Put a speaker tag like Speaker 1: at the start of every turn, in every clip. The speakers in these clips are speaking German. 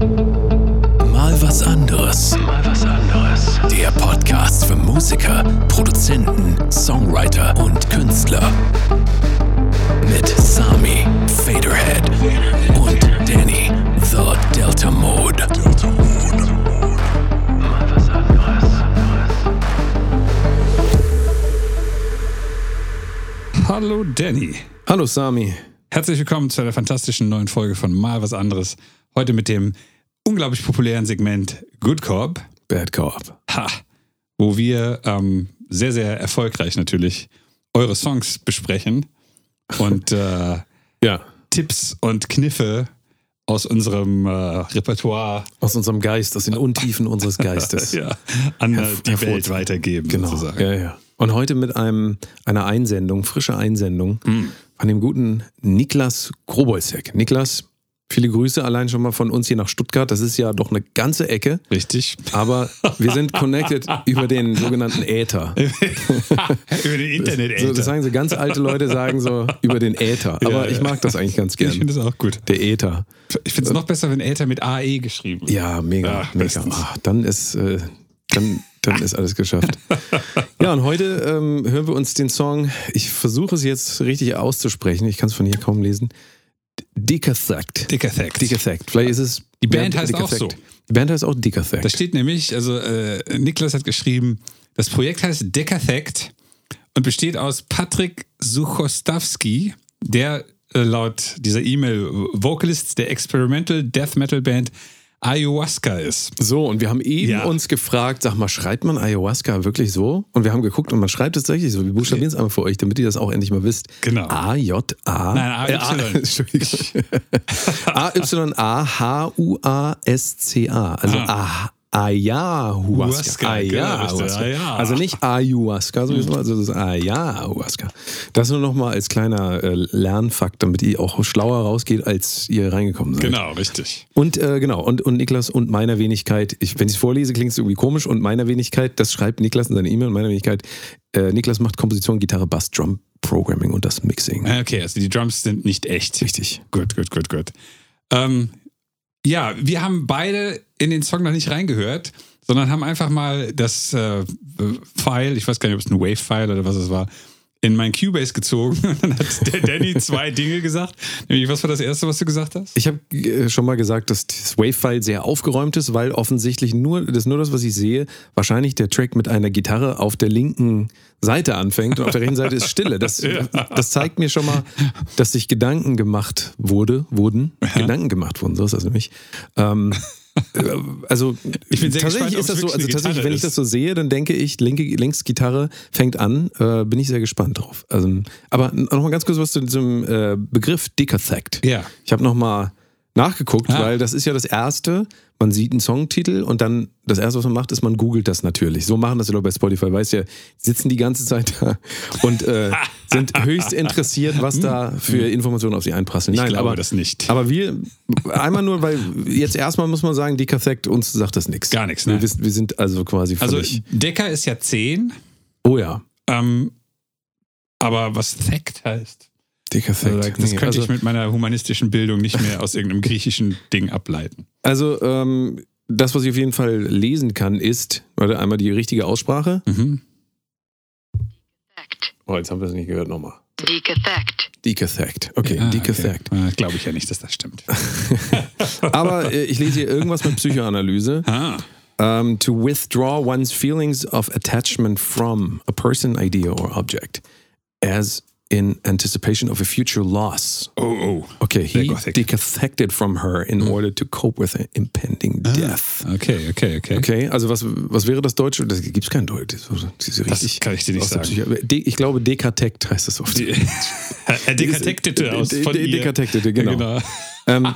Speaker 1: Mal was anderes. Mal was anderes. Der Podcast für Musiker, Produzenten, Songwriter und Künstler. Mit Sami, Faderhead und Danny, The Delta Mode. Delta Mode. Mal was anderes.
Speaker 2: Hallo Danny.
Speaker 3: Hallo Sami.
Speaker 2: Herzlich willkommen zu einer fantastischen neuen Folge von Mal was anderes. Heute mit dem unglaublich populären Segment Good Corp,
Speaker 3: Bad Corp.
Speaker 2: ha, wo wir ähm, sehr, sehr erfolgreich natürlich eure Songs besprechen und äh,
Speaker 3: Ja,
Speaker 2: Tipps und Kniffe aus unserem äh, Repertoire
Speaker 3: aus unserem Geist, aus den Untiefen unseres Geistes.
Speaker 2: ja, an äh,
Speaker 3: Herv-
Speaker 2: die
Speaker 3: hervor-
Speaker 2: Welt weitergeben sozusagen.
Speaker 3: Ja, ja. Und heute mit einem, einer Einsendung, frische Einsendung
Speaker 2: Hm.
Speaker 3: von dem guten Niklas Grobeusek. Niklas, viele Grüße allein schon mal von uns hier nach Stuttgart. Das ist ja doch eine ganze Ecke,
Speaker 2: Richtig.
Speaker 3: aber wir sind connected über den sogenannten Äther.
Speaker 2: Über den internet
Speaker 3: So, das sagen so ganz alte Leute, sagen so über den Äther. Aber
Speaker 2: ja.
Speaker 3: ich mag das eigentlich ganz
Speaker 2: Ich finde es
Speaker 3: gern.
Speaker 2: auch gut.
Speaker 3: Der Äther.
Speaker 2: Ich finde es noch besser, wenn Äther mit AE geschrieben wird.
Speaker 3: Ja, mega,
Speaker 2: Ja,
Speaker 3: mega.
Speaker 2: bestens.
Speaker 3: Ah, dann ist äh, dann, dann ist alles geschafft. ja, und heute ähm, hören wir uns den Song. Ich versuche es jetzt richtig auszusprechen. Ich kann es von hier kaum lesen. Dicker Thakt.
Speaker 2: Dicker Fact.
Speaker 3: Dicker Thakt. Vielleicht ist es die
Speaker 2: Band heißt auch so.
Speaker 3: Die Band heißt auch Dicker
Speaker 2: Da
Speaker 3: Thakt.
Speaker 2: steht nämlich, also äh, Niklas hat geschrieben, das Projekt heißt Decathlect und besteht aus Patrick Suchostawski, der äh, laut dieser E-Mail Vocalist der Experimental Death Metal Band Ayahuasca ist.
Speaker 3: So, und wir haben eben
Speaker 2: Ja.
Speaker 3: uns gefragt, sag mal, schreibt man Ayahuasca wirklich so? Und wir haben geguckt und man schreibt es tatsächlich so. Wir buchstabieren es einmal für euch, damit ihr das auch endlich mal wisst.
Speaker 2: Genau.
Speaker 3: A-J-A.
Speaker 2: Nein, A,
Speaker 3: äh,
Speaker 2: Y.
Speaker 3: Entschuldigung. A-Y-A-H-U-A-S-C-A. Also A. Ayahuasca.
Speaker 2: Huasca, genau, Ah. richtig.
Speaker 3: Ayahuasca.
Speaker 2: Ayahuasca.
Speaker 3: Also nicht Ayahuasca,
Speaker 2: Hm.
Speaker 3: sowieso, also das ist Ayahuasca. Das nur noch mal als kleiner äh, Lernfakt, damit ihr auch schlauer rausgeht, als ihr reingekommen seid.
Speaker 2: Genau, richtig.
Speaker 3: Und äh, genau, und, und Niklas und meiner Wenigkeit, ich, wenn ich es vorlese, klingt es irgendwie komisch, und meiner Wenigkeit, das schreibt Niklas in seiner E-Mail, und meiner Wenigkeit, äh, Niklas macht Komposition, Gitarre, Bass, Drum, Programming und das Mixing.
Speaker 2: Ah, Okay, also die Drums sind nicht echt.
Speaker 3: Richtig.
Speaker 2: Gut, gut, gut, gut. Ähm, ja, wir haben beide in den Song noch nicht reingehört, sondern haben einfach mal das äh, File, ich weiß gar nicht, ob es ein Wave-File oder was es war, in mein Cubase gezogen. Und dann hat der Danny zwei Dinge gesagt. Nämlich, was war das Erste, was du gesagt hast?
Speaker 3: Ich habe äh, schon mal gesagt, dass das Wave-File sehr aufgeräumt ist, weil offensichtlich nur das, nur das, was ich sehe, wahrscheinlich der Track mit einer Gitarre auf der linken Seite anfängt und auf der rechten Seite ist Stille. Das, das zeigt mir schon mal, dass sich Gedanken gemacht wurde, wurden, Gedanken gemacht wurden, so ist das nämlich. Ähm, äh, also ich
Speaker 2: bin sehr gespannt,
Speaker 3: tatsächlich
Speaker 2: ob es
Speaker 3: ist das so,
Speaker 2: wirklich
Speaker 3: also
Speaker 2: eine
Speaker 3: tatsächlich,
Speaker 2: Gitarre
Speaker 3: wenn ich
Speaker 2: ist.
Speaker 3: das so sehe, dann denke ich, linke, links Gitarre fängt an, äh, bin ich sehr gespannt drauf. Also, aber nochmal ganz kurz was zu diesem äh, Begriff Decathact.
Speaker 2: Ja.
Speaker 3: Ich habe nochmal nachgeguckt,
Speaker 2: Ah.
Speaker 3: weil das ist ja das Erste. Man sieht einen Songtitel und dann das Erste, was man macht, ist, man googelt das natürlich. So machen das ja bei Spotify. Weißt ja, sitzen die ganze Zeit da und äh, sind höchst interessiert, was da für Informationen auf sie
Speaker 2: Hm.
Speaker 3: einprasseln.
Speaker 2: Ich
Speaker 3: Nein,
Speaker 2: glaube
Speaker 3: aber,
Speaker 2: das nicht.
Speaker 3: aber wir, einmal nur, weil jetzt erstmal muss man sagen, Decathlect uns sagt das nichts.
Speaker 2: Gar nichts,
Speaker 3: Wir,
Speaker 2: nein.
Speaker 3: wissen- wir sind also quasi
Speaker 2: also,
Speaker 3: völlig.
Speaker 2: Decker ist ja 10,
Speaker 3: oh ja,
Speaker 2: ähm, aber was Thect heißt, also,
Speaker 3: Decathlect.
Speaker 2: das
Speaker 3: Nee,
Speaker 2: könnte
Speaker 3: also,
Speaker 2: ich mit meiner humanistischen Bildung nicht mehr aus irgendeinem griechischen Ding ableiten.
Speaker 3: also ähm, das, was ich auf jeden Fall lesen kann, ist, warte, einmal die richtige Aussprache.
Speaker 2: Mhm.
Speaker 4: Thect.
Speaker 3: Oh, jetzt haben wir es nicht gehört nochmal.
Speaker 4: Zika Thect.
Speaker 3: Decathact. Okay,
Speaker 2: Ah,
Speaker 3: Decathact.
Speaker 2: Ah, Glaube ich ja nicht, dass das stimmt.
Speaker 3: Aber äh, ich lese hier irgendwas mit Psychoanalyse.
Speaker 2: Ah.
Speaker 3: Ähm, to withdraw one's feelings of attachment from a person, idea or object, as in anticipation of a future loss.
Speaker 2: Oh, oh.
Speaker 3: Okay,
Speaker 2: Sehr
Speaker 3: he
Speaker 2: gothic.
Speaker 3: decathected from her in order to cope with her impending death.
Speaker 2: Okay, okay, okay.
Speaker 3: Okay, also was, was wäre das Deutsche? Das gibt es kein Deutsch. Das ist richtig
Speaker 2: kann ich dir nicht
Speaker 3: aus der
Speaker 2: sagen.
Speaker 3: Psycho- De, ich glaube, Dekatekt heißt das oft.
Speaker 2: Die- Er dekatektete aus von
Speaker 3: De- de-
Speaker 2: ihr.
Speaker 3: Dekatectete, genau. Ähm,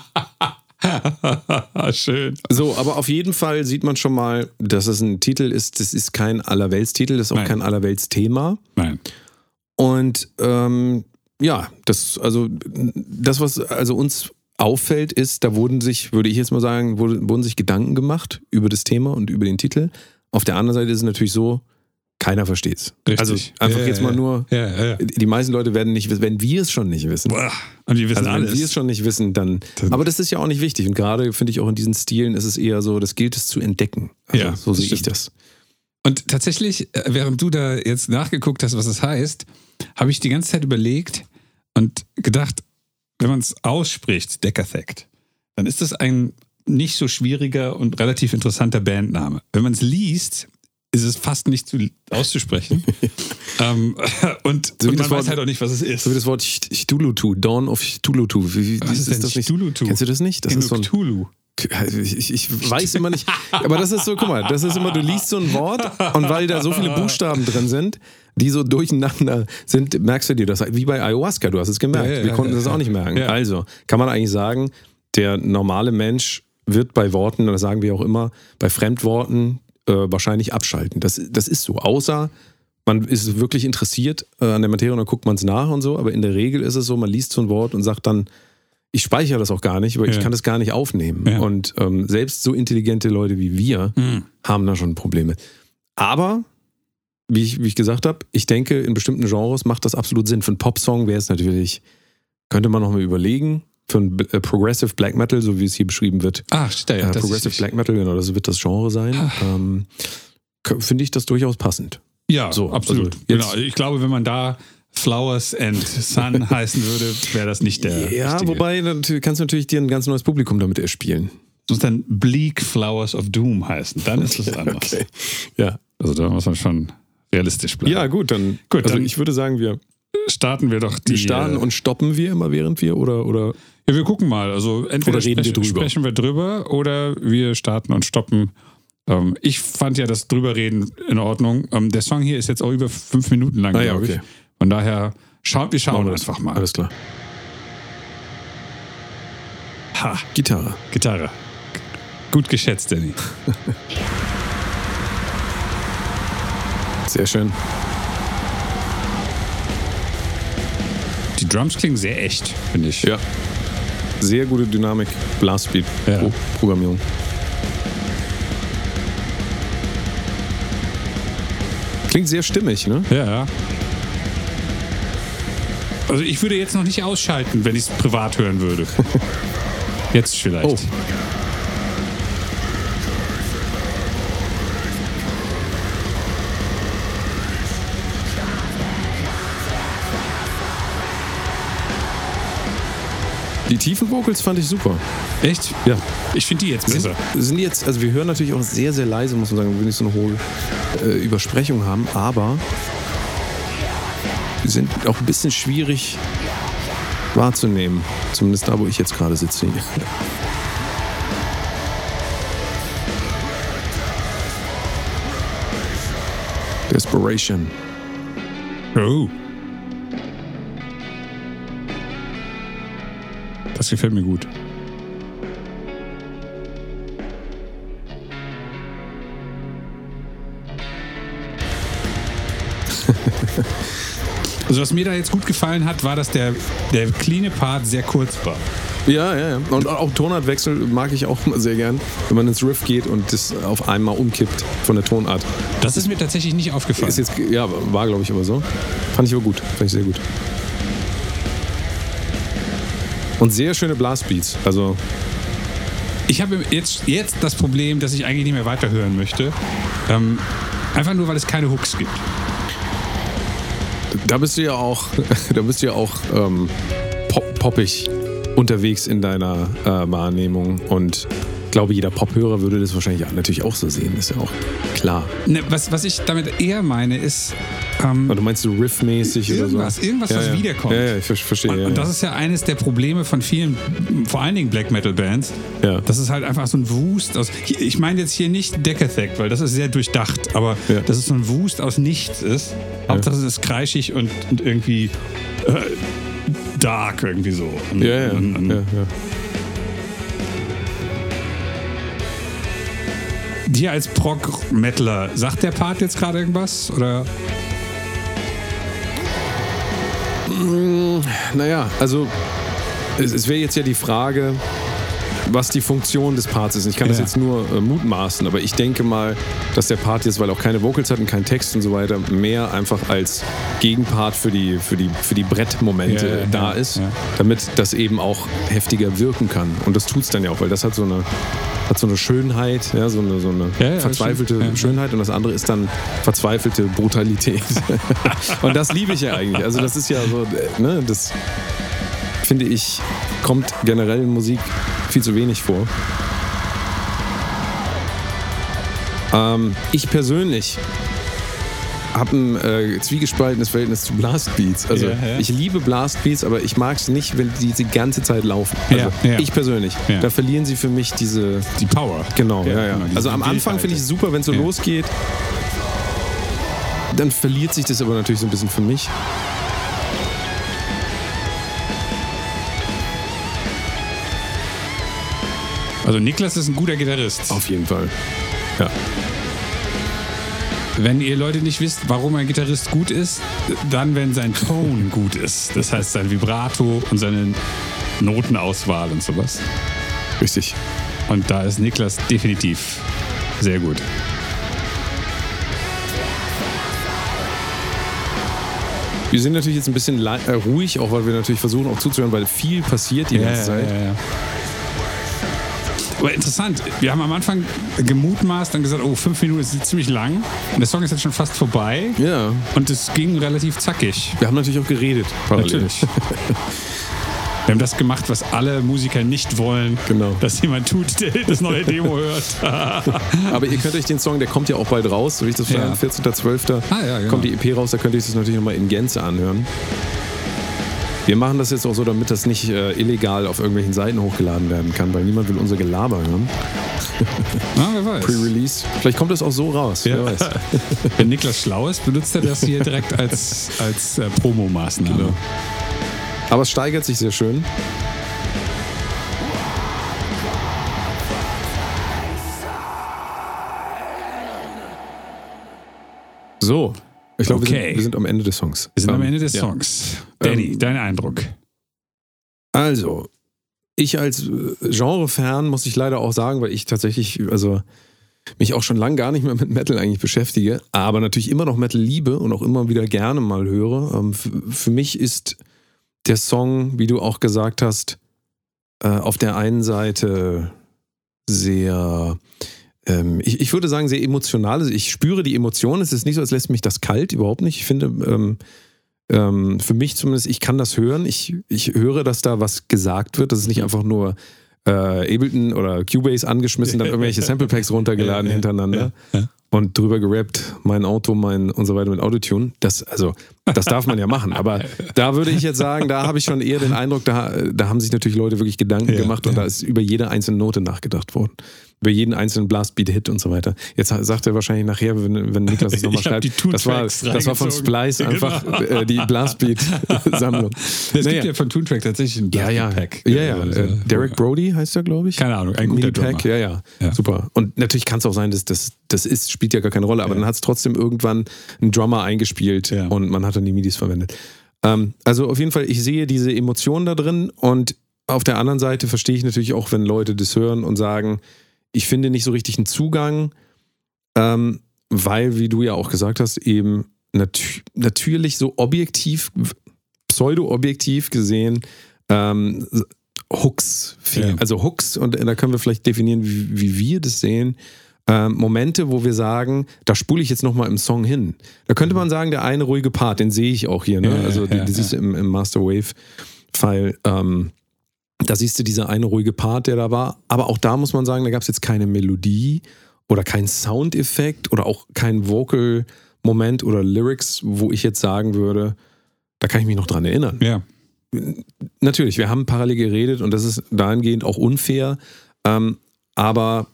Speaker 2: genau. Schön.
Speaker 3: So, aber auf jeden Fall sieht man schon mal, dass es ein Titel ist. Das ist kein Allerweltstitel, das ist auch
Speaker 2: Nein.
Speaker 3: kein Allerweltsthema.
Speaker 2: Nein.
Speaker 3: Und ähm, ja, das, also, das, was also uns auffällt, ist, da wurden sich, würde ich jetzt mal sagen, wurde, wurden sich Gedanken gemacht über das Thema und über den Titel. Auf der anderen Seite ist es natürlich so, keiner versteht's.
Speaker 2: Richtig.
Speaker 3: Also einfach
Speaker 2: Ja,
Speaker 3: jetzt
Speaker 2: ja,
Speaker 3: mal
Speaker 2: ja.
Speaker 3: nur,
Speaker 2: Ja, ja, ja.
Speaker 3: die meisten Leute werden nicht, wissen- wenn wir es schon nicht wissen.
Speaker 2: Boah, Und wir wissen
Speaker 3: Also wenn wir es
Speaker 2: alles.
Speaker 3: schon nicht wissen, dann.
Speaker 2: Dann-
Speaker 3: Aber das ist ja auch nicht wichtig. Und gerade finde ich auch in diesen Stilen ist es eher so, das gilt es zu entdecken. Also,
Speaker 2: Ja,
Speaker 3: so
Speaker 2: das
Speaker 3: sehe ich
Speaker 2: stimmt.
Speaker 3: das.
Speaker 2: Und tatsächlich, äh, während du da jetzt nachgeguckt hast, was es heißt, habe ich die ganze Zeit überlegt und gedacht, wenn man es ausspricht, Deckathect, dann ist das ein nicht so schwieriger und relativ interessanter Bandname. Wenn man es liest, ist es fast nicht zu, auszusprechen. ähm, und
Speaker 3: So wie
Speaker 2: und
Speaker 3: das
Speaker 2: man weiß
Speaker 3: Wort-
Speaker 2: halt auch nicht, was es ist.
Speaker 3: So wie das Wort Ch- Cthulhu, Dawn of Cthulhu. Wie, wie,
Speaker 2: was ist, denn
Speaker 3: das nicht?
Speaker 2: Cthulhu?
Speaker 3: Kennst du das nicht? Das
Speaker 2: Kenne
Speaker 3: ist so ein,
Speaker 2: Cthulhu.
Speaker 3: ich, ich, ich weiß immer nicht. Aber das ist so, guck mal, das ist immer, du liest so ein Wort und weil da so viele Buchstaben drin sind, die so durcheinander sind, merkst du dir das. Wie bei Ayahuasca, du hast es gemerkt.
Speaker 2: Ja, ja,
Speaker 3: Wir
Speaker 2: ja,
Speaker 3: konnten
Speaker 2: ja,
Speaker 3: das
Speaker 2: ja.
Speaker 3: auch nicht merken.
Speaker 2: Ja.
Speaker 3: Also kann man eigentlich sagen, der normale Mensch wird bei Worten, und das sagen wir auch immer, bei Fremdworten äh, wahrscheinlich abschalten. Das, das ist so. Außer man ist wirklich interessiert äh, an der Materie und dann guckt man es nach und so. Aber in der Regel ist es so, man liest so ein Wort und sagt dann, ich speichere das auch gar nicht, aber ich
Speaker 2: Ja.
Speaker 3: kann das gar nicht aufnehmen.
Speaker 2: Ja.
Speaker 3: Und ähm, selbst so intelligente Leute wie wir
Speaker 2: Hm.
Speaker 3: haben da schon Probleme. Aber, wie ich, wie ich gesagt habe, ich denke, in bestimmten Genres macht das absolut Sinn. Für einen Popsong wäre es natürlich, könnte man nochmal überlegen, für einen B- äh, Progressive Black Metal, so wie es hier beschrieben wird.
Speaker 2: Ah, stimmt, ja,
Speaker 3: äh,
Speaker 2: das ist
Speaker 3: Progressive
Speaker 2: richtig. Ah.
Speaker 3: Black Metal, genau, das wird das Genre sein. ähm, k- Finde ich das durchaus passend.
Speaker 2: Ja,
Speaker 3: So,
Speaker 2: absolut.
Speaker 3: also jetzt-
Speaker 2: genau. Ich glaube, wenn man da Flowers and Sun heißen würde, wäre das nicht der.
Speaker 3: ja,
Speaker 2: richtige.
Speaker 3: wobei, dann kannst du natürlich dir ein ganz neues Publikum damit erspielen.
Speaker 2: Muss dann Bleak Flowers of Doom heißen. Dann ist es anders.
Speaker 3: Okay. Ja,
Speaker 2: Also da muss man schon realistisch bleiben.
Speaker 3: Ja, gut, dann,
Speaker 2: Gut,
Speaker 3: also
Speaker 2: dann-
Speaker 3: ich würde sagen, wir
Speaker 2: starten wir doch die.
Speaker 3: wir starten
Speaker 2: äh,
Speaker 3: und stoppen wir immer während wir oder oder
Speaker 2: ja, wir gucken mal. Also entweder
Speaker 3: Oder reden wir
Speaker 2: sprechen,
Speaker 3: drüber.
Speaker 2: sprechen wir drüber oder wir starten und stoppen. Ähm, ich fand ja das drüberreden in Ordnung. Ähm, der Song hier ist jetzt auch über fünf Minuten lang,
Speaker 3: Ah ja,
Speaker 2: glaube
Speaker 3: okay.
Speaker 2: ich. Von daher schauen wir schauen
Speaker 3: Machen wir das.
Speaker 2: einfach mal.
Speaker 3: alles klar.
Speaker 2: Ha.
Speaker 3: Gitarre.
Speaker 2: Gitarre. Gut geschätzt, Danny.
Speaker 3: Sehr schön.
Speaker 2: Die Drums klingen sehr echt, finde ich.
Speaker 3: Ja. Sehr gute Dynamik, Blastbeat,
Speaker 2: Ja.
Speaker 3: Pro Programmierung. Klingt sehr stimmig, ne?
Speaker 2: Ja. Also ich würde jetzt noch nicht ausschalten, wenn ich es privat hören würde. Jetzt vielleicht.
Speaker 3: Oh. Die tiefen Vocals fand ich super.
Speaker 2: Echt?
Speaker 3: Ja.
Speaker 2: Ich finde die jetzt besser.
Speaker 3: Sind jetzt, also wir hören natürlich auch sehr, sehr leise, muss man sagen, wenn wir nicht so eine hohe äh, Übersprechung haben, aber die sind auch ein bisschen schwierig wahrzunehmen. Zumindest da, wo ich jetzt gerade sitze. Desperation.
Speaker 2: Oh. Das gefällt mir gut. Also was mir da jetzt gut gefallen hat, war, dass der, der cleane Part sehr kurz war.
Speaker 3: Ja, ja, ja. Und auch Tonartwechsel mag ich auch immer sehr gern, wenn man ins Riff geht und das auf einmal umkippt von der Tonart.
Speaker 2: Das ist mir tatsächlich nicht aufgefallen.
Speaker 3: Ist jetzt, ja, war glaube ich aber so. Fand ich aber gut. Fand ich sehr gut. Und sehr schöne Blastbeats. Also,
Speaker 2: Ich habe jetzt, jetzt das Problem, dass ich eigentlich nicht mehr weiterhören möchte. Ähm, einfach nur, weil es keine Hooks gibt.
Speaker 3: da bist du ja auch, da bist du ja auch ähm, pop, poppig unterwegs in deiner äh, Wahrnehmung. Und ich glaube, jeder Pophörer würde das wahrscheinlich auch, natürlich auch so sehen. Ist ja auch klar.
Speaker 2: Ne, was, was ich damit eher meine, ist ähm,
Speaker 3: Aber du meinst so riffmäßig oder so?
Speaker 2: Irgendwas, irgendwas,
Speaker 3: ja,
Speaker 2: was
Speaker 3: ja.
Speaker 2: wiederkommt.
Speaker 3: Ja, ja, ich ver- verstehe.
Speaker 2: Und,
Speaker 3: ja,
Speaker 2: und
Speaker 3: ja.
Speaker 2: das ist ja eines der Probleme von vielen, vor allen Dingen Black Metal Bands.
Speaker 3: Ja.
Speaker 2: Das ist halt einfach so ein Wust aus. Ich meine jetzt hier nicht Deckathect, weil das ist sehr durchdacht, aber
Speaker 3: Ja.
Speaker 2: dass es so ein Wust aus nichts ist. Hauptsache es ist kreischig und, und irgendwie äh, dark irgendwie so. Und,
Speaker 3: ja, ja,
Speaker 2: und, und
Speaker 3: ja, ja.
Speaker 2: Dir als Prog-Metaler, sagt der Part jetzt gerade irgendwas? Oder?
Speaker 3: Naja, also es, es wäre jetzt ja die Frage, was die Funktion des Parts ist. Ich kann das
Speaker 2: Ja.
Speaker 3: jetzt nur äh, mutmaßen, aber ich denke mal, dass der Part jetzt, weil er auch keine Vocals hat und keinen Text und so weiter, mehr einfach als Gegenpart für die, für die, für die Brettmomente
Speaker 2: Ja, ja,
Speaker 3: da
Speaker 2: ja,
Speaker 3: ist,
Speaker 2: ja.
Speaker 3: damit das eben auch heftiger wirken kann. Und das tut es dann ja auch, weil das hat so eine, hat so eine Schönheit, ja, so eine, so eine
Speaker 2: Ja, ja,
Speaker 3: verzweifelte
Speaker 2: stimmt. Ja.
Speaker 3: Schönheit und das andere ist dann verzweifelte Brutalität. und das liebe ich ja eigentlich. Also das ist ja so, äh, ne, das finde ich, kommt generell in Musik viel zu wenig vor. Ähm, ich persönlich habe ein äh, zwiegespaltenes Verhältnis zu Blastbeats. Also
Speaker 2: Ja, ja.
Speaker 3: ich liebe Blastbeats, aber ich mag es nicht, wenn die die ganze Zeit laufen. Also
Speaker 2: Ja, ja.
Speaker 3: ich persönlich.
Speaker 2: Ja.
Speaker 3: Da verlieren sie für mich diese
Speaker 2: Die Power.
Speaker 3: Genau, ja, ja.
Speaker 2: genau, die-
Speaker 3: Also am
Speaker 2: die
Speaker 3: Anfang finde ich es super, wenn es so
Speaker 2: Ja.
Speaker 3: losgeht. Dann verliert sich das aber natürlich so ein bisschen für mich.
Speaker 2: Also Niklas ist ein guter Gitarrist.
Speaker 3: Auf jeden Fall. Ja.
Speaker 2: Wenn ihr Leute nicht wisst, warum ein Gitarrist gut ist, dann wenn sein Tone gut ist. Das heißt sein Vibrato und seine Notenauswahl und sowas.
Speaker 3: Richtig.
Speaker 2: Und da ist Niklas definitiv sehr gut.
Speaker 3: Wir sind natürlich jetzt ein bisschen lei- äh, ruhig, auch weil wir natürlich versuchen, auch zuzuhören, weil viel passiert die ganze Zeit.
Speaker 2: Aber interessant, wir haben am Anfang gemutmaßt, dann gesagt, oh, fünf Minuten ist ziemlich lang. Und der Song ist jetzt schon fast vorbei.
Speaker 3: Ja.
Speaker 2: Und es ging relativ zackig.
Speaker 3: Wir haben natürlich auch geredet. parallel.
Speaker 2: Natürlich. Wir haben das gemacht, was alle Musiker nicht wollen,
Speaker 3: Genau.
Speaker 2: dass jemand tut, der das neue Demo hört.
Speaker 3: Aber ihr könnt euch den Song, der kommt ja auch bald raus, so wie ich das verstanden habe, 14.12.
Speaker 2: Ah, ja, genau.
Speaker 3: kommt die EP raus, da könnt ihr euch das natürlich nochmal in Gänze anhören. Wir machen das jetzt auch so, damit das nicht äh, illegal auf irgendwelchen Seiten hochgeladen werden kann, weil niemand will unser Gelaber hören.
Speaker 2: Na, wer weiß.
Speaker 3: Pre-Release. Vielleicht kommt das auch so raus. Wer weiß.
Speaker 2: Wenn Niklas schlau ist, benutzt er das hier direkt als, als äh, Promomaßnahme.
Speaker 3: Genau. Aber es steigert sich sehr schön. So, ich glaube, wir,
Speaker 2: Okay.
Speaker 3: sind, wir sind am Ende des Songs.
Speaker 2: Wir sind am
Speaker 3: Ähm,
Speaker 2: Ende des
Speaker 3: ja. Ähm,
Speaker 2: Songs. Danny, dein Eindruck.
Speaker 3: Also, ich als äh, Genre-Fan muss ich leider auch sagen, weil ich tatsächlich, also mich auch schon lange gar nicht mehr mit Metal eigentlich beschäftige, aber natürlich immer noch Metal liebe und auch immer wieder gerne mal höre. Ähm, f- für mich ist der Song, wie du auch gesagt hast, äh, auf der einen Seite sehr, ähm, ich, ich würde sagen, sehr emotional. Also Ich spüre die Emotionen. Es ist nicht so, als lässt mich das kalt, überhaupt nicht. Ich finde, ähm, ähm, für mich zumindest, ich kann das hören. Ich, ich höre, dass da was gesagt wird. Das ist nicht einfach nur äh, Ableton oder Cubase angeschmissen, dann irgendwelche Sample Packs runtergeladen
Speaker 2: Ja, ja,
Speaker 3: hintereinander und drüber gerappt, mein Auto, mein und so weiter mit Autotune. Das, also, das darf man ja machen. Aber da würde ich jetzt sagen, da habe ich schon eher den Eindruck, da, da haben sich natürlich Leute wirklich Gedanken
Speaker 2: Ja,
Speaker 3: gemacht und
Speaker 2: ja.
Speaker 3: da ist über jede einzelne Note nachgedacht worden. Über jeden einzelnen Blastbeat-Hit und so weiter. Jetzt sagt er wahrscheinlich nachher, wenn, wenn Niklas es nochmal
Speaker 2: Ich hab
Speaker 3: schreibt,
Speaker 2: die Tune
Speaker 3: das war,
Speaker 2: Tracks
Speaker 3: das war von
Speaker 2: reingezogen. Genau.
Speaker 3: Splice einfach äh, die Blastbeat-Sammlung.
Speaker 2: Es gibt ja von Toontrack tatsächlich ein
Speaker 3: Ja, ja.
Speaker 2: Pack. Also,
Speaker 3: ja, ja. Äh, Derek Brody heißt er, glaube ich.
Speaker 2: Keine Ahnung, ein guter
Speaker 3: Mini-Pack,
Speaker 2: Drummer.
Speaker 3: ja, ja,
Speaker 2: Ja.
Speaker 3: Super. Und natürlich kann es auch sein, dass das, das ist, spielt ja gar keine Rolle, aber dann hat es trotzdem irgendwann ein Drummer eingespielt
Speaker 2: Ja.
Speaker 3: und man hat dann die MIDIs verwendet. Ähm, also auf jeden Fall, ich sehe diese Emotionen da drin und auf der anderen Seite verstehe ich natürlich auch, wenn Leute das hören und sagen, ich finde nicht so richtig einen Zugang, ähm, weil, wie du ja auch gesagt hast, eben natü natürlich so objektiv, pseudo-objektiv gesehen, ähm, Hooks fehlen.
Speaker 2: Ja.
Speaker 3: Also Hooks, und da können wir vielleicht definieren, wie, wie wir das sehen. Ähm, Momente, wo wir sagen, da spule ich jetzt nochmal im Song hin. Da könnte man sagen, der eine ruhige Part, den sehe ich auch hier. Ne?
Speaker 2: Ja, ja,
Speaker 3: also den,
Speaker 2: ja,
Speaker 3: den
Speaker 2: ja.
Speaker 3: siehst du im, im Master Wave-File. Ähm, da siehst du dieser eine ruhige Part, der da war. Aber auch da muss man sagen, da gab es jetzt keine Melodie oder keinen Soundeffekt oder auch keinen Vocal-Moment oder Lyrics, wo ich jetzt sagen würde, da kann ich mich noch dran erinnern
Speaker 2: Ja,
Speaker 3: natürlich, wir haben parallel geredet und das ist dahingehend auch unfair, ähm, aber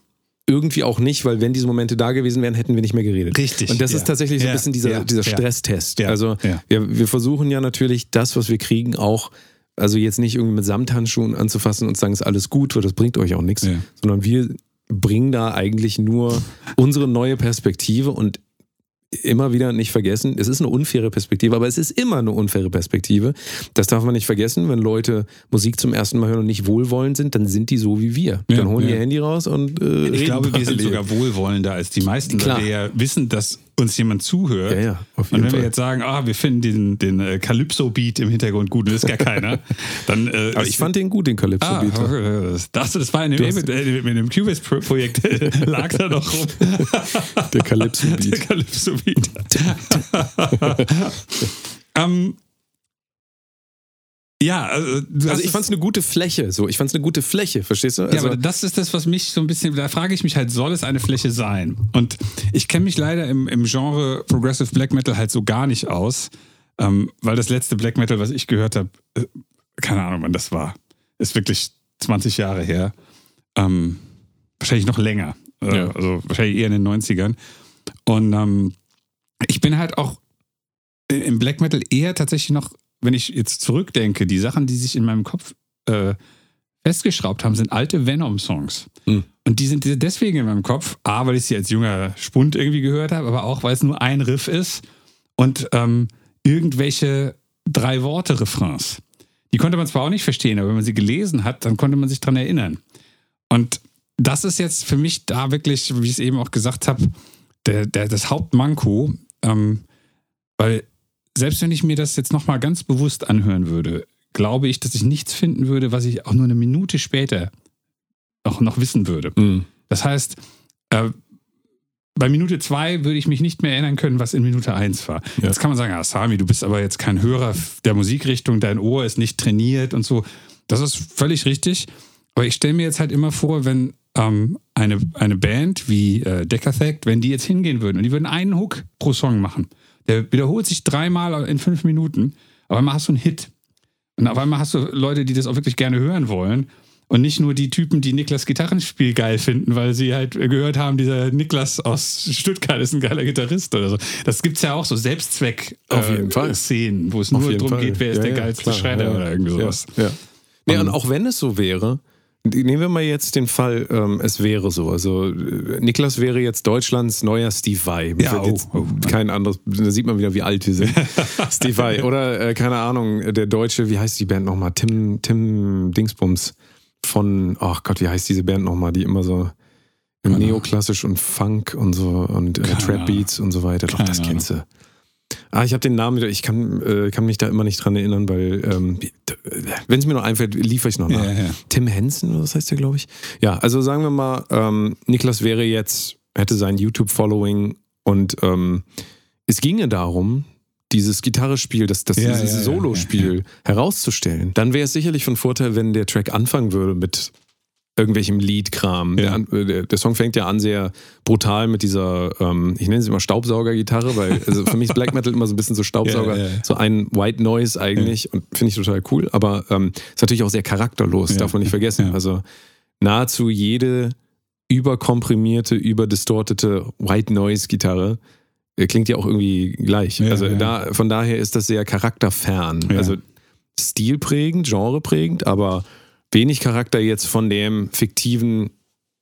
Speaker 3: irgendwie auch nicht, weil wenn diese Momente da gewesen wären, hätten wir nicht mehr geredet.
Speaker 2: Richtig,
Speaker 3: Und das
Speaker 2: ja.
Speaker 3: ist tatsächlich so ein
Speaker 2: Ja,
Speaker 3: bisschen dieser,
Speaker 2: ja,
Speaker 3: dieser
Speaker 2: ja.
Speaker 3: Stresstest.
Speaker 2: Ja,
Speaker 3: Also
Speaker 2: ja.
Speaker 3: Wir, wir versuchen ja natürlich das, was wir kriegen, auch also jetzt nicht irgendwie mit Samthandschuhen anzufassen und zu sagen, ist alles gut, weil das bringt euch auch nichts,
Speaker 2: Ja.
Speaker 3: sondern wir bringen da eigentlich nur unsere neue Perspektive und immer wieder nicht vergessen, es ist eine unfaire Perspektive, aber es ist immer eine unfaire Perspektive. Das darf man nicht vergessen, wenn Leute Musik zum ersten Mal hören und nicht wohlwollend sind, dann sind die so wie wir.
Speaker 2: Ja,
Speaker 3: dann holen
Speaker 2: ja.
Speaker 3: ihr Handy raus und äh,
Speaker 2: Ich
Speaker 3: reden
Speaker 2: glaube, wir sind
Speaker 3: parallel.
Speaker 2: sogar wohlwollender als die meisten,
Speaker 3: Klar.
Speaker 2: weil wir ja wissen, dass uns jemand zuhört.
Speaker 3: Ja, ja, auf
Speaker 2: und
Speaker 3: jeden
Speaker 2: wenn wir
Speaker 3: Fall.
Speaker 2: jetzt sagen, ah, wir finden den, den äh, Calypso-Beat im Hintergrund gut und das ist gar keiner, dann. Äh,
Speaker 3: Aber
Speaker 2: ist-
Speaker 3: ich fand den gut, den Calypso
Speaker 2: Ah,
Speaker 3: Beat.
Speaker 2: das, das, das war in dem,
Speaker 3: hast-
Speaker 2: äh, in dem Cubase-Projekt lag da noch rum.
Speaker 3: Der Calypso
Speaker 2: Der
Speaker 3: Beat.
Speaker 2: Calypso Beat. ähm, ja, also, du hast
Speaker 3: Also ich
Speaker 2: es-
Speaker 3: fand es eine gute Fläche, so. Ich fand es eine gute Fläche, verstehst du?
Speaker 2: Ja,
Speaker 3: Also,
Speaker 2: aber das ist das, was mich so ein bisschen, da frage ich mich halt, soll es eine Fläche sein? Und ich kenne mich leider im, im Genre Progressive Black Metal halt so gar nicht aus, ähm, weil das letzte Black Metal, was ich gehört habe, äh, keine Ahnung, wann das war, ist wirklich 20 Jahre her. Ähm, wahrscheinlich noch länger. Äh,
Speaker 3: Ja.
Speaker 2: Also wahrscheinlich eher in den 90ern. Und ähm, ich bin halt auch i- im Black Metal eher tatsächlich noch, wenn ich jetzt zurückdenke, die Sachen, die sich in meinem Kopf äh, festgeschraubt haben, sind alte Venom-Songs.
Speaker 3: Hm.
Speaker 2: Und die sind deswegen in meinem Kopf, A, weil ich sie als junger Spund irgendwie gehört habe, aber auch, weil es nur ein Riff ist und ähm, irgendwelche drei Worte-Refrains. Die konnte man zwar auch nicht verstehen, aber wenn man sie gelesen hat, dann konnte man sich dran erinnern. Und das ist jetzt für mich da wirklich, wie ich es eben auch gesagt habe, der, der, das Hauptmanko, ähm, weil selbst wenn ich mir das jetzt nochmal ganz bewusst anhören würde, glaube ich, dass ich nichts finden würde, was ich auch nur eine Minute später auch noch wissen würde.
Speaker 3: Hm.
Speaker 2: Das heißt, äh, bei Minute zwei würde ich mich nicht mehr erinnern können, was in Minute eins war.
Speaker 3: Ja.
Speaker 2: Jetzt kann man sagen, ah, Sami, du bist aber jetzt kein Hörer f- der Musikrichtung, dein Ohr ist nicht trainiert und so. Das ist völlig richtig. Aber ich stelle mir jetzt halt immer vor, wenn ähm, eine, eine Band wie äh, Decathlect, wenn die jetzt hingehen würden und die würden einen Hook pro Song machen, der wiederholt sich dreimal in fünf Minuten, aber einmal hast du einen Hit. Und auf einmal hast du Leute, die das auch wirklich gerne hören wollen. Und nicht nur die Typen, die Niklas Gitarrenspiel geil finden, weil sie halt gehört haben, dieser Niklas aus Stuttgart ist ein geiler Gitarrist oder so. Das gibt's ja auch so
Speaker 3: Auf jeden Fall.
Speaker 2: Selbstzweck-Szenen, wo es
Speaker 3: Auf
Speaker 2: nur
Speaker 3: jeden
Speaker 2: darum
Speaker 3: Fall.
Speaker 2: geht, wer ist
Speaker 3: Ja,
Speaker 2: der
Speaker 3: ja,
Speaker 2: geilste
Speaker 3: klar,
Speaker 2: Schredder
Speaker 3: ja.
Speaker 2: oder irgendwie sowas.
Speaker 3: Ja. ja. Nee, und auch wenn es so wäre, nehmen wir mal jetzt den Fall, ähm, es wäre so. Also äh, Niklas wäre jetzt Deutschlands neuer Steve Vai.
Speaker 2: Ja,
Speaker 3: Wird
Speaker 2: oh,
Speaker 3: jetzt
Speaker 2: oh.
Speaker 3: Kein anderes, da sieht man wieder, wie alt wir sind. Steve Vai. Oder, äh, keine Ahnung, der Deutsche, wie heißt die Band nochmal? Tim, Tim Dingsbums von, ach Gott, wie heißt diese Band nochmal, die immer so neoklassisch und Funk und so und äh,
Speaker 2: Keine
Speaker 3: Trap Beats und so weiter. Doch,
Speaker 2: Keine
Speaker 3: das kennst du. Ah, ich habe den Namen wieder. Ich kann, äh, kann mich da immer nicht dran erinnern, weil, ähm, wenn es mir noch einfällt, liefere ich noch nach.
Speaker 2: Ja, ja.
Speaker 3: Tim Henson, oder was heißt der, glaube ich? Ja, also sagen wir mal, ähm, Niklas wäre jetzt, hätte sein YouTube-Following und ähm, es ginge darum, dieses Gitarrespiel, das, das
Speaker 2: Ja,
Speaker 3: dieses
Speaker 2: ja, ja,
Speaker 3: Solospiel herauszustellen. Dann wäre es sicherlich von Vorteil, wenn der Track anfangen würde mit irgendwelchem Liedkram.
Speaker 2: Ja.
Speaker 3: Der an- äh, Der, der Song fängt ja an sehr brutal mit dieser, ähm, ich nenne sie immer Staubsaugergitarre, weil also für mich ist Black Metal immer so ein bisschen so Staubsauger,
Speaker 2: Ja, ja, ja.
Speaker 3: so ein White Noise eigentlich und finde ich total cool, aber ähm, ist natürlich auch sehr charakterlos,
Speaker 2: Ja.
Speaker 3: darf man nicht vergessen.
Speaker 2: Ja.
Speaker 3: Also nahezu jede überkomprimierte, überdistortete White Noise Gitarre äh, klingt ja auch irgendwie gleich.
Speaker 2: Ja,
Speaker 3: also
Speaker 2: ja.
Speaker 3: Da, von daher ist das sehr charakterfern.
Speaker 2: Ja.
Speaker 3: Also stilprägend, genreprägend, aber wenig Charakter jetzt von dem fiktiven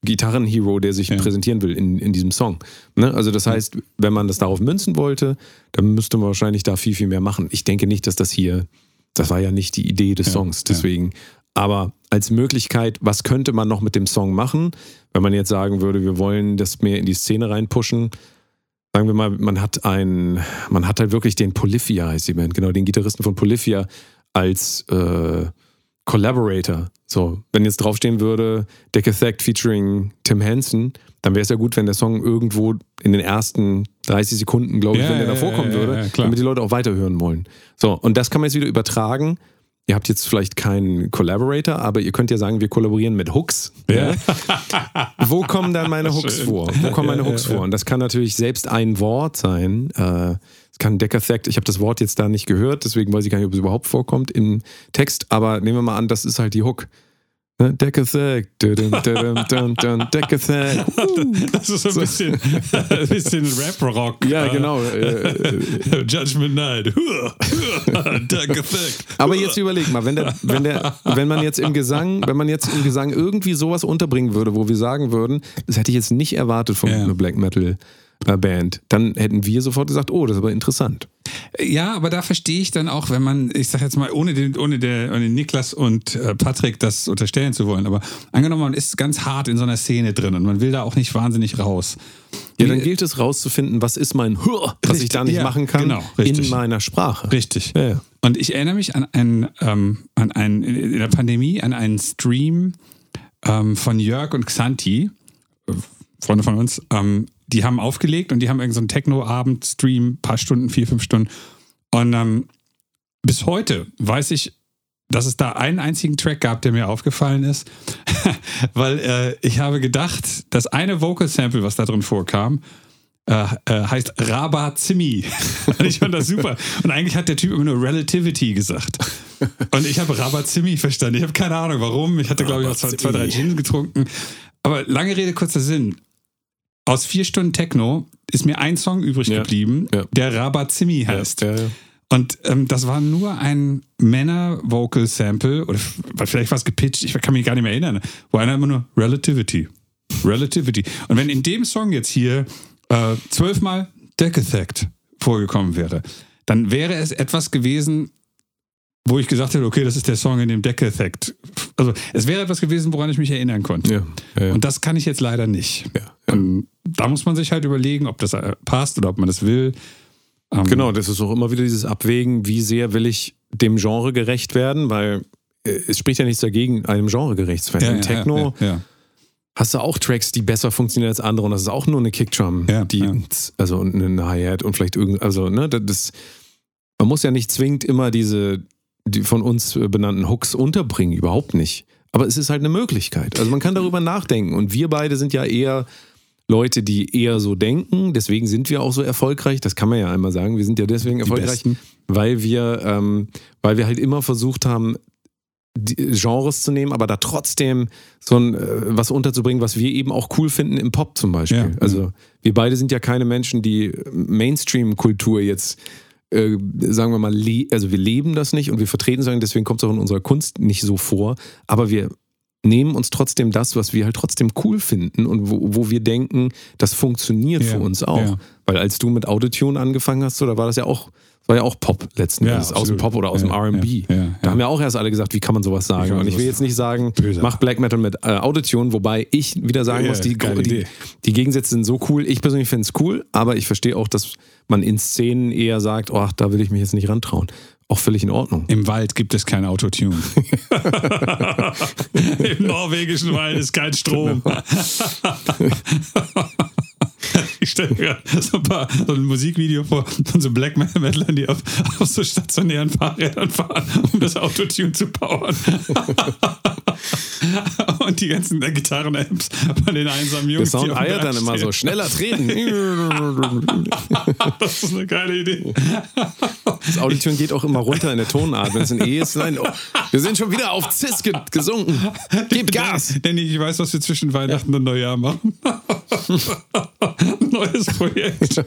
Speaker 3: Gitarrenhero, der sich
Speaker 2: Ja.
Speaker 3: präsentieren will in, in diesem Song. Ne? Also das heißt, wenn man das darauf münzen wollte, dann müsste man wahrscheinlich da viel, viel mehr machen. Ich denke nicht, dass das hier, das war ja nicht die Idee des
Speaker 2: Ja,
Speaker 3: Songs,
Speaker 2: ja.
Speaker 3: deswegen. Aber als Möglichkeit, was könnte man noch mit dem Song machen, wenn man jetzt sagen würde, wir wollen das mehr in die Szene reinpushen, sagen wir mal, man hat einen, man hat halt wirklich den Polyphia, heißt die Band, genau, den Gitarristen von Polyphia als äh, Collaborator. So, wenn jetzt draufstehen würde, Decathlect featuring Tim Henson, dann wäre es ja gut, wenn der Song irgendwo in den ersten 30 Sekunden, glaube ich,
Speaker 2: Ja,
Speaker 3: wenn der
Speaker 2: ja,
Speaker 3: davor
Speaker 2: ja,
Speaker 3: kommen
Speaker 2: ja,
Speaker 3: würde,
Speaker 2: ja, klar.
Speaker 3: damit die Leute auch weiterhören wollen. So, und das kann man jetzt wieder übertragen. Ihr habt jetzt vielleicht keinen Collaborator, aber ihr könnt ja sagen, wir kollaborieren mit Hooks. Ja. Wo kommen dann meine Hooks
Speaker 2: Schön.
Speaker 3: vor? Wo kommen meine
Speaker 2: Ja, ja,
Speaker 3: Hooks
Speaker 2: ja.
Speaker 3: vor? Und das kann natürlich selbst ein Wort sein. Äh, Es kann Decathlect, ich habe das Wort jetzt da nicht gehört, deswegen weiß ich gar nicht, ob es überhaupt vorkommt im Text, aber nehmen wir mal an, das ist halt die Hook. Ne? Decathlect. dun, dun, dun, dun, dun, Decathlect.
Speaker 2: Das ist so ein bisschen, ein bisschen Rap-Rock.
Speaker 3: Ja,
Speaker 2: äh,
Speaker 3: genau. Äh,
Speaker 2: Judgment Night. Danke, Fact.
Speaker 3: Aber jetzt überleg mal, wenn, der, wenn, der, wenn man jetzt im Gesang, wenn man jetzt im Gesang irgendwie sowas unterbringen würde, wo wir sagen würden, das hätte ich jetzt nicht erwartet vom
Speaker 2: Ja.
Speaker 3: Black Metal äh, Band, dann hätten wir sofort gesagt, oh, das ist aber interessant.
Speaker 2: Ja, aber da verstehe ich dann auch, wenn man, ich sag jetzt mal, ohne den, ohne der, ohne Niklas und äh, Patrick das unterstellen zu wollen, aber angenommen, man ist ganz hart in so einer Szene drin und man will da auch nicht wahnsinnig raus.
Speaker 3: Ja, dann gilt es rauszufinden, was ist mein Hör, was ich
Speaker 2: Richtig,
Speaker 3: da nicht
Speaker 2: ja,
Speaker 3: machen kann,
Speaker 2: genau, richtig.
Speaker 3: in meiner Sprache.
Speaker 2: Richtig.
Speaker 3: Ja, ja.
Speaker 2: Und ich erinnere mich an einen, ähm, an einen in der Pandemie, an einen Stream ähm, von Jörg und Xanti, äh, Freunde von uns. Ähm, die haben aufgelegt und die haben irgendeinen so einen Techno-Abend-Stream, paar Stunden, vier, fünf Stunden. Und ähm, bis heute weiß ich, dass es da einen einzigen Track gab, der mir aufgefallen ist, weil äh, ich habe gedacht, das eine Vocal-Sample, was da drin vorkam, äh, äh, heißt Rabazimi. Und ich fand das super. Und eigentlich hat der Typ immer nur Relativity gesagt. Und ich habe Rabazimi verstanden. Ich habe keine Ahnung warum. Ich hatte, glaube ich, auch zwei, zwei, drei Gin getrunken. Aber lange Rede, kurzer Sinn. Aus vier Stunden Techno ist mir ein Song übrig
Speaker 3: Ja.
Speaker 2: geblieben,
Speaker 3: Ja.
Speaker 2: der Rabazimi heißt.
Speaker 3: Ja, ja.
Speaker 2: Und ähm, das war nur ein Männer-Vocal-Sample, oder f- vielleicht war es gepitcht, ich kann mich gar nicht mehr erinnern, wo einer immer nur Relativity. Relativity. Und wenn in dem Song jetzt hier äh, zwölfmal Deck Effect vorgekommen wäre, dann wäre es etwas gewesen, wo ich gesagt hätte, okay, das ist der Song in dem Deck Effect. Also es wäre etwas gewesen, woran ich mich erinnern konnte.
Speaker 3: Ja, ja, ja.
Speaker 2: Und das kann ich jetzt leider nicht.
Speaker 3: ja.
Speaker 2: Ähm, da muss man sich halt überlegen, ob das äh, passt oder ob man das will. Ähm,
Speaker 3: Genau, das ist auch immer wieder dieses Abwägen, wie sehr will ich dem Genre gerecht werden, weil äh, es spricht ja nichts dagegen, einem Genre gerecht zu werden.
Speaker 2: Ja,
Speaker 3: Im
Speaker 2: ja,
Speaker 3: Techno
Speaker 2: Ja, ja, ja.
Speaker 3: hast du auch Tracks, die besser funktionieren als andere und das ist auch nur eine Kickdrum,
Speaker 2: Ja,
Speaker 3: die
Speaker 2: ja.
Speaker 3: also und eine Hi-Hat und vielleicht irgend also ne, das- das man muss ja nicht zwingend immer diese die von uns äh, benannten Hooks unterbringen, überhaupt nicht. Aber es ist halt eine Möglichkeit. Also man kann darüber nachdenken und wir beide sind ja eher Leute, die eher so denken, deswegen sind wir auch so erfolgreich, das kann man ja einmal sagen, wir sind ja deswegen erfolgreich,
Speaker 2: Besten.
Speaker 3: weil wir, ähm, weil wir halt immer versucht haben, die Genres zu nehmen, aber da trotzdem so ein, äh, was unterzubringen, was wir eben auch cool finden im Pop zum Beispiel.
Speaker 2: Ja,
Speaker 3: also wir beide sind ja keine Menschen, die Mainstream-Kultur jetzt, äh, sagen wir mal, le also wir leben das nicht und wir vertreten es auch nicht, deswegen kommt es auch in unserer Kunst nicht so vor, aber wir nehmen uns trotzdem das, was wir halt trotzdem cool finden und wo, wo wir denken, das funktioniert
Speaker 2: Ja,
Speaker 3: für uns auch.
Speaker 2: ja.
Speaker 3: Weil als du mit Autotune angefangen hast, so, da war das ja auch, war ja auch Pop letzten
Speaker 2: Ja,
Speaker 3: Endes, aus dem
Speaker 2: absolut.
Speaker 3: Pop oder aus
Speaker 2: Ja,
Speaker 3: dem RB.
Speaker 2: ja, ja,
Speaker 3: da
Speaker 2: ja.
Speaker 3: haben ja auch erst alle gesagt, wie kann man sowas sagen?
Speaker 2: kann man
Speaker 3: und ich will
Speaker 2: sowas
Speaker 3: jetzt nicht sagen,
Speaker 2: Böse.
Speaker 3: mach Black Metal mit äh, Autotune, wobei ich wieder sagen
Speaker 2: Ja,
Speaker 3: muss, die,
Speaker 2: geile
Speaker 3: die,
Speaker 2: Idee.
Speaker 3: die Gegensätze sind so cool. Ich persönlich finde es cool, aber ich verstehe auch, dass man in Szenen eher sagt, oh, ach, da will ich mich jetzt nicht rantrauen. Auch völlig in Ordnung.
Speaker 2: Im Wald gibt es kein Autotune. Im norwegischen Wald ist kein Strom. Ich stelle mir gerade so, ein paar- so ein Musikvideo vor von so Black Metalern, die auf, auf so stationären Fahrrädern fahren, um das Autotune zu powern. Und die ganzen Gitarren-Amps bei den einsamen
Speaker 3: Der
Speaker 2: Jungs. die
Speaker 3: Sound
Speaker 2: auf dem
Speaker 3: eiert
Speaker 2: Berg
Speaker 3: dann immer so,
Speaker 2: stehen.
Speaker 3: schneller treten.
Speaker 2: Das ist eine geile Idee.
Speaker 3: Das Autotune geht auch immer runter in der Tonart. Wenn es ein E ist, nein, oh, wir sind schon wieder auf Cis ge gesunken. Gebt Gas.
Speaker 2: Danny, ich weiß, was wir zwischen Weihnachten und Neujahr machen. Neues Projekt.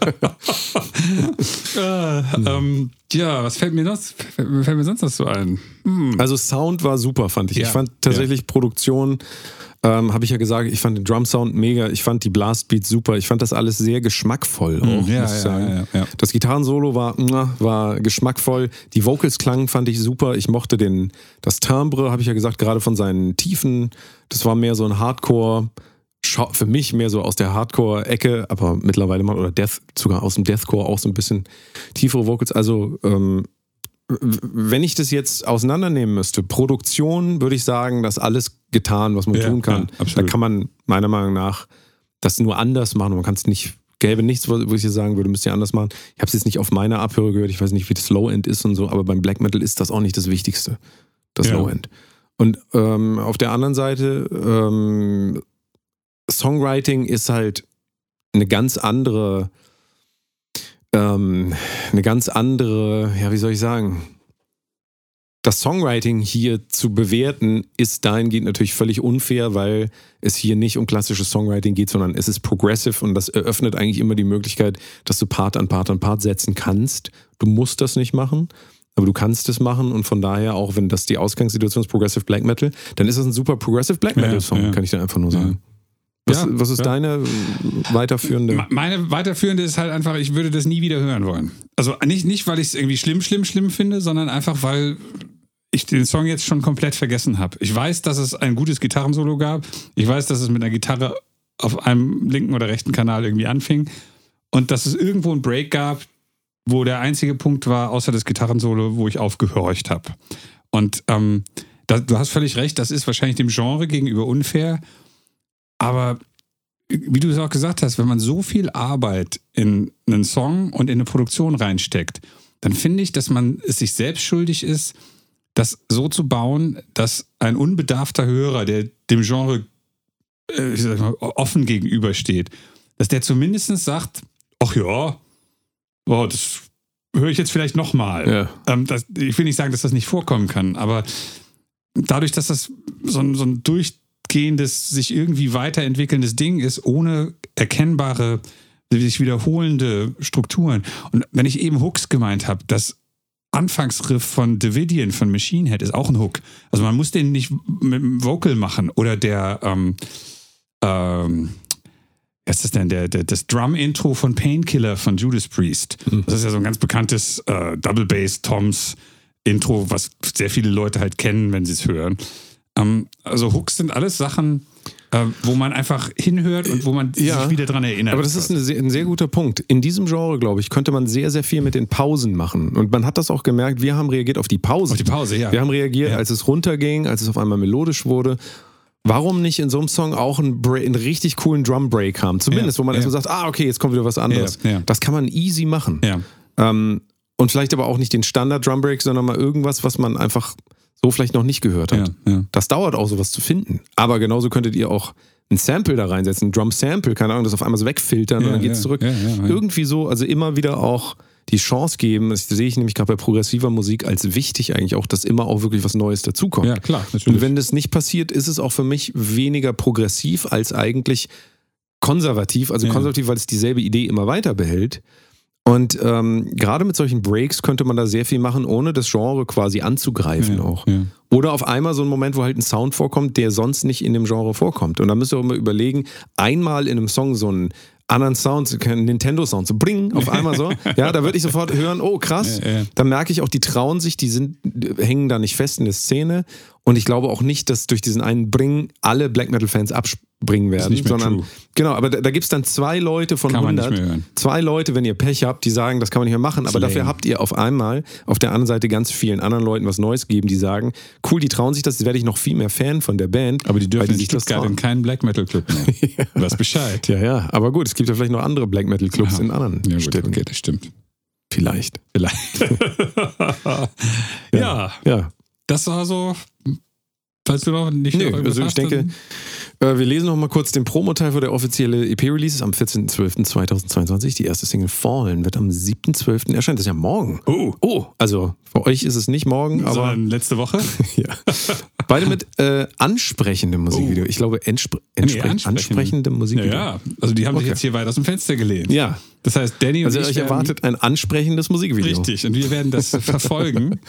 Speaker 2: äh, ähm, ja, was fällt mir, sonst, fällt mir fällt mir sonst noch so ein?
Speaker 3: Also Sound war super, fand ich.
Speaker 2: Mhm. Ja.
Speaker 3: Ich fand tatsächlich Produktion, ähm, habe ich ja gesagt, ich fand den Drum Sound mega, ich fand die Blast Beats super, ich fand das alles sehr geschmackvoll auch,
Speaker 2: Mhm. ja,
Speaker 3: muss ich
Speaker 2: ja,
Speaker 3: sagen.
Speaker 2: ja, ja, ja.
Speaker 3: Das Gitarrensolo war, mwah, war geschmackvoll, die Vocals klangen fand ich super, ich mochte den, das Timbre, habe ich ja gesagt, gerade von seinen Tiefen, das war mehr so ein Hardcore, Schau- für mich mehr so aus der Hardcore-Ecke, aber mittlerweile mal, oder Death, sogar aus dem Deathcore auch so ein bisschen tiefere Vocals, also ähm, w- wenn ich das jetzt auseinandernehmen müsste, Produktion, würde ich sagen, dass alles getan, was man
Speaker 2: Ja,
Speaker 3: tun kann.
Speaker 2: ja, absolut.
Speaker 3: da kann man meiner Meinung nach das nur anders machen. Man kann es nicht, gäbe nichts, wo wo ich jetzt sagen würde, müsst ihr anders machen. Ich habe es jetzt nicht auf meiner Abhöre gehört, ich weiß nicht, wie das Low-End ist und so, aber beim Black Metal ist das auch nicht das Wichtigste, das
Speaker 2: Ja.
Speaker 3: Low-End. Und ähm, auf der anderen Seite, ähm, Songwriting ist halt eine ganz andere, ähm, eine ganz andere, ja, wie soll ich sagen, das Songwriting hier zu bewerten, ist dahingehend natürlich völlig unfair, weil es hier nicht um klassisches Songwriting geht, sondern es ist progressive und das eröffnet eigentlich immer die Möglichkeit, dass du Part an Part an Part setzen kannst. Du musst das nicht machen, aber du kannst es machen und von daher, auch wenn das die Ausgangssituation ist, Progressive Black Metal, dann ist das ein super Progressive Black
Speaker 2: Ja,
Speaker 3: Metal Song,
Speaker 2: ja.
Speaker 3: kann ich dir einfach nur sagen. Was,
Speaker 2: Ja,
Speaker 3: was ist
Speaker 2: ja.
Speaker 3: deine weiterführende?
Speaker 2: Me- Meine weiterführende ist halt einfach, ich würde das nie wieder hören wollen. Also nicht, nicht weil ich es irgendwie schlimm, schlimm, schlimm finde, sondern einfach, weil ich den Song jetzt schon komplett vergessen habe. Ich weiß, dass es ein gutes Gitarrensolo gab. Ich weiß, dass es mit einer Gitarre auf einem linken oder rechten Kanal irgendwie anfing. Und dass es irgendwo einen Break gab, wo der einzige Punkt war, außer das Gitarrensolo, wo ich aufgehorcht habe. Und ähm, da, du hast völlig recht, das ist wahrscheinlich dem Genre gegenüber unfair. Aber wie du es auch gesagt hast, wenn man so viel Arbeit in einen Song und in eine Produktion reinsteckt, dann finde ich, dass man es sich selbst schuldig ist, das so zu bauen, dass ein unbedarfter Hörer, der dem Genre äh, ich sag mal, offen gegenübersteht, dass der zumindest sagt, ach ja, boah, das höre ich jetzt vielleicht nochmal.
Speaker 3: Ja.
Speaker 2: Ähm, das, ich will nicht sagen, dass das nicht vorkommen kann, aber dadurch, dass das so ein, so ein durchgehendes, sich irgendwie weiterentwickelndes Ding ist, ohne erkennbare, sich wiederholende Strukturen. Und wenn ich eben Hooks gemeint habe, das Anfangsriff von Davidian von Machine Head ist auch ein Hook. Also man muss den nicht mit dem Vocal machen oder der, ähm, ähm, was ist das denn, der, der, das Drum-Intro von Painkiller von Judas Priest.
Speaker 3: Mhm.
Speaker 2: Das ist ja so ein ganz bekanntes äh, Double Bass Toms Intro, was sehr viele Leute halt kennen, wenn sie es hören. Ähm, also Hooks sind alles Sachen, äh, wo man einfach hinhört und wo man
Speaker 3: Ja.
Speaker 2: sich wieder dran erinnert.
Speaker 3: Aber das ist ein sehr, ein sehr guter Punkt. In diesem Genre, glaube ich, könnte man sehr, sehr viel mit den Pausen machen. Und man hat das auch gemerkt, wir haben reagiert auf die Pause.
Speaker 2: Auf die Pause, ja.
Speaker 3: Wir haben reagiert,
Speaker 2: Ja.
Speaker 3: als es runterging, als es auf einmal melodisch wurde. Warum nicht in so einem Song auch einen, Bra- einen richtig coolen Drum-Break haben? Zumindest,
Speaker 2: Ja,
Speaker 3: wo man
Speaker 2: ja.
Speaker 3: erstmal sagt, ah, okay, jetzt kommt wieder was anderes.
Speaker 2: Ja, ja.
Speaker 3: Das kann man easy machen.
Speaker 2: ja.
Speaker 3: Ähm, und vielleicht aber auch nicht den Standard-Drum-Break, sondern mal irgendwas, was man einfach so vielleicht noch nicht gehört hat.
Speaker 2: Ja, ja.
Speaker 3: Das dauert auch, sowas zu finden. Aber genauso könntet ihr auch ein Sample da reinsetzen, ein Drum-Sample, keine Ahnung, das auf einmal so wegfiltern und
Speaker 2: Ja,
Speaker 3: dann geht's
Speaker 2: ja,
Speaker 3: zurück.
Speaker 2: ja, ja, ja.
Speaker 3: Irgendwie so, also immer wieder auch die Chance geben, das sehe ich nämlich gerade bei progressiver Musik als wichtig eigentlich auch, dass immer auch wirklich was Neues dazukommt.
Speaker 2: Ja, klar, natürlich.
Speaker 3: und wenn das nicht passiert, ist es auch für mich weniger progressiv als eigentlich konservativ, also
Speaker 2: Ja.
Speaker 3: konservativ, weil es dieselbe Idee immer weiter behält. Und ähm, gerade mit solchen Breaks könnte man da sehr viel machen, ohne das Genre quasi anzugreifen
Speaker 2: ja,
Speaker 3: auch.
Speaker 2: Ja.
Speaker 3: Oder auf einmal so ein Moment, wo halt ein Sound vorkommt, der sonst nicht in dem Genre vorkommt. Und da müsst ihr auch immer überlegen, einmal in einem Song so einen anderen Sound, so einen Nintendo-Sound, so bring, auf einmal so. Ja, da würde ich sofort hören, oh krass.
Speaker 2: Ja, ja.
Speaker 3: Dann merke ich auch, die trauen sich, die sind, hängen da nicht fest in der Szene. Und ich glaube auch nicht, dass durch diesen einen Bring alle Black Metal-Fans abspringen werden.
Speaker 2: nicht mehr
Speaker 3: sondern,
Speaker 2: true.
Speaker 3: Genau, aber da, da gibt es dann zwei Leute von
Speaker 2: Kann man nicht
Speaker 3: 100,
Speaker 2: mehr hören.
Speaker 3: zwei Leute, wenn ihr Pech habt, die sagen, das kann man nicht mehr machen, aber
Speaker 2: lame.
Speaker 3: dafür habt ihr auf einmal auf der anderen Seite ganz vielen anderen Leuten was Neues geben, die sagen, cool, die trauen sich das, jetzt werde ich noch viel mehr Fan von der Band.
Speaker 2: Aber die
Speaker 3: weil
Speaker 2: dürfen in
Speaker 3: sich das
Speaker 2: Stuttgart
Speaker 3: trauen.
Speaker 2: in keinen Black Metal Club mehr. Du weißt Bescheid.
Speaker 3: Ja, ja, aber gut, es gibt ja vielleicht noch andere Black Metal Clubs in anderen
Speaker 2: Ja, gut,
Speaker 3: Städten.
Speaker 2: okay, das stimmt.
Speaker 3: Vielleicht.
Speaker 2: Vielleicht. ja.
Speaker 3: Ja.
Speaker 2: das war so. Falls du noch nicht
Speaker 3: Nee,
Speaker 2: noch
Speaker 3: also ich
Speaker 2: hast,
Speaker 3: denke,
Speaker 2: dann-
Speaker 3: äh, wir lesen noch mal kurz den Promoteil für der offizielle EP-Release ist am 14.12.2022. Die erste Single Fallen wird am 7.12. erscheinen. Das ist ja morgen.
Speaker 2: Oh,
Speaker 3: Oh, also für euch ist es nicht morgen, aber
Speaker 2: sondern letzte Woche.
Speaker 3: Ja. Beide mit äh, ansprechendem Musikvideo.
Speaker 2: Oh.
Speaker 3: Ich glaube, entspre entspre
Speaker 2: ansprechendem.
Speaker 3: ansprechendem Musikvideo.
Speaker 2: Naja, also die haben sich
Speaker 3: Okay.
Speaker 2: jetzt hier weit aus dem Fenster gelehnt.
Speaker 3: Ja.
Speaker 2: Das heißt, Danny und
Speaker 3: Also
Speaker 2: ich
Speaker 3: euch
Speaker 2: werden-
Speaker 3: erwartet ein ansprechendes Musikvideo.
Speaker 2: Richtig, und wir werden das verfolgen.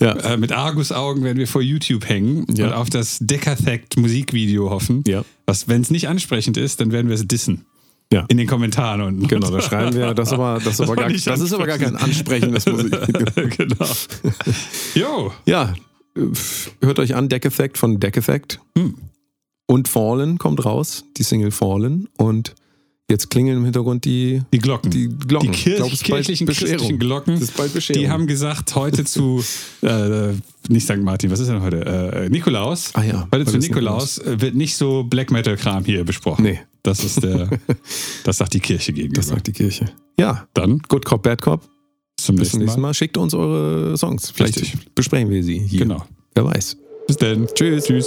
Speaker 3: Ja.
Speaker 2: Äh, mit Argusaugen werden wir vor YouTube hängen
Speaker 3: Ja.
Speaker 2: und auf das Decathact Musikvideo hoffen.
Speaker 3: Ja.
Speaker 2: Was, wenn es nicht ansprechend ist, dann werden wir es dissen.
Speaker 3: Ja.
Speaker 2: In den Kommentaren unten.
Speaker 3: Genau, da schreiben wir, das, aber, das, aber
Speaker 2: war
Speaker 3: gar,
Speaker 2: nicht
Speaker 3: das ist aber gar kein ansprechendes Musikvideo.
Speaker 2: genau. Jo,
Speaker 3: Ja, äh, hört euch an, Deck Effect von Deck Effect.
Speaker 2: hm.
Speaker 3: Und Fallen kommt raus, die Single Fallen. Und jetzt klingeln im Hintergrund die,
Speaker 2: die Glocken.
Speaker 3: die Glocken.
Speaker 2: Die Kirch-
Speaker 3: Ich glaub, es ist bald
Speaker 2: kirchlichen,
Speaker 3: Bescherung.
Speaker 2: christlichen Glocken,
Speaker 3: Es ist bald Bescherung.
Speaker 2: die haben gesagt, heute zu, äh, nicht St. Martin, was ist denn heute? Äh, Nikolaus.
Speaker 3: Ah ja,
Speaker 2: Heute zu
Speaker 3: heute ist
Speaker 2: Nikolaus äh, wird nicht so Black Metal-Kram hier besprochen.
Speaker 3: Nee.
Speaker 2: Das ist der, das sagt die Kirche gegenüber.
Speaker 3: das sagt die Kirche. Ja,
Speaker 2: Dann
Speaker 3: Good Cop, Bad Cop.
Speaker 2: bis zum
Speaker 3: Bis zum
Speaker 2: nächsten
Speaker 3: nächsten
Speaker 2: Mal.
Speaker 3: Mal. Schickt uns eure Songs. Vielleicht
Speaker 2: Richtig.
Speaker 3: besprechen wir sie hier.
Speaker 2: Genau.
Speaker 3: Wer weiß.
Speaker 2: Bis dann. Tschüss. Tschüss.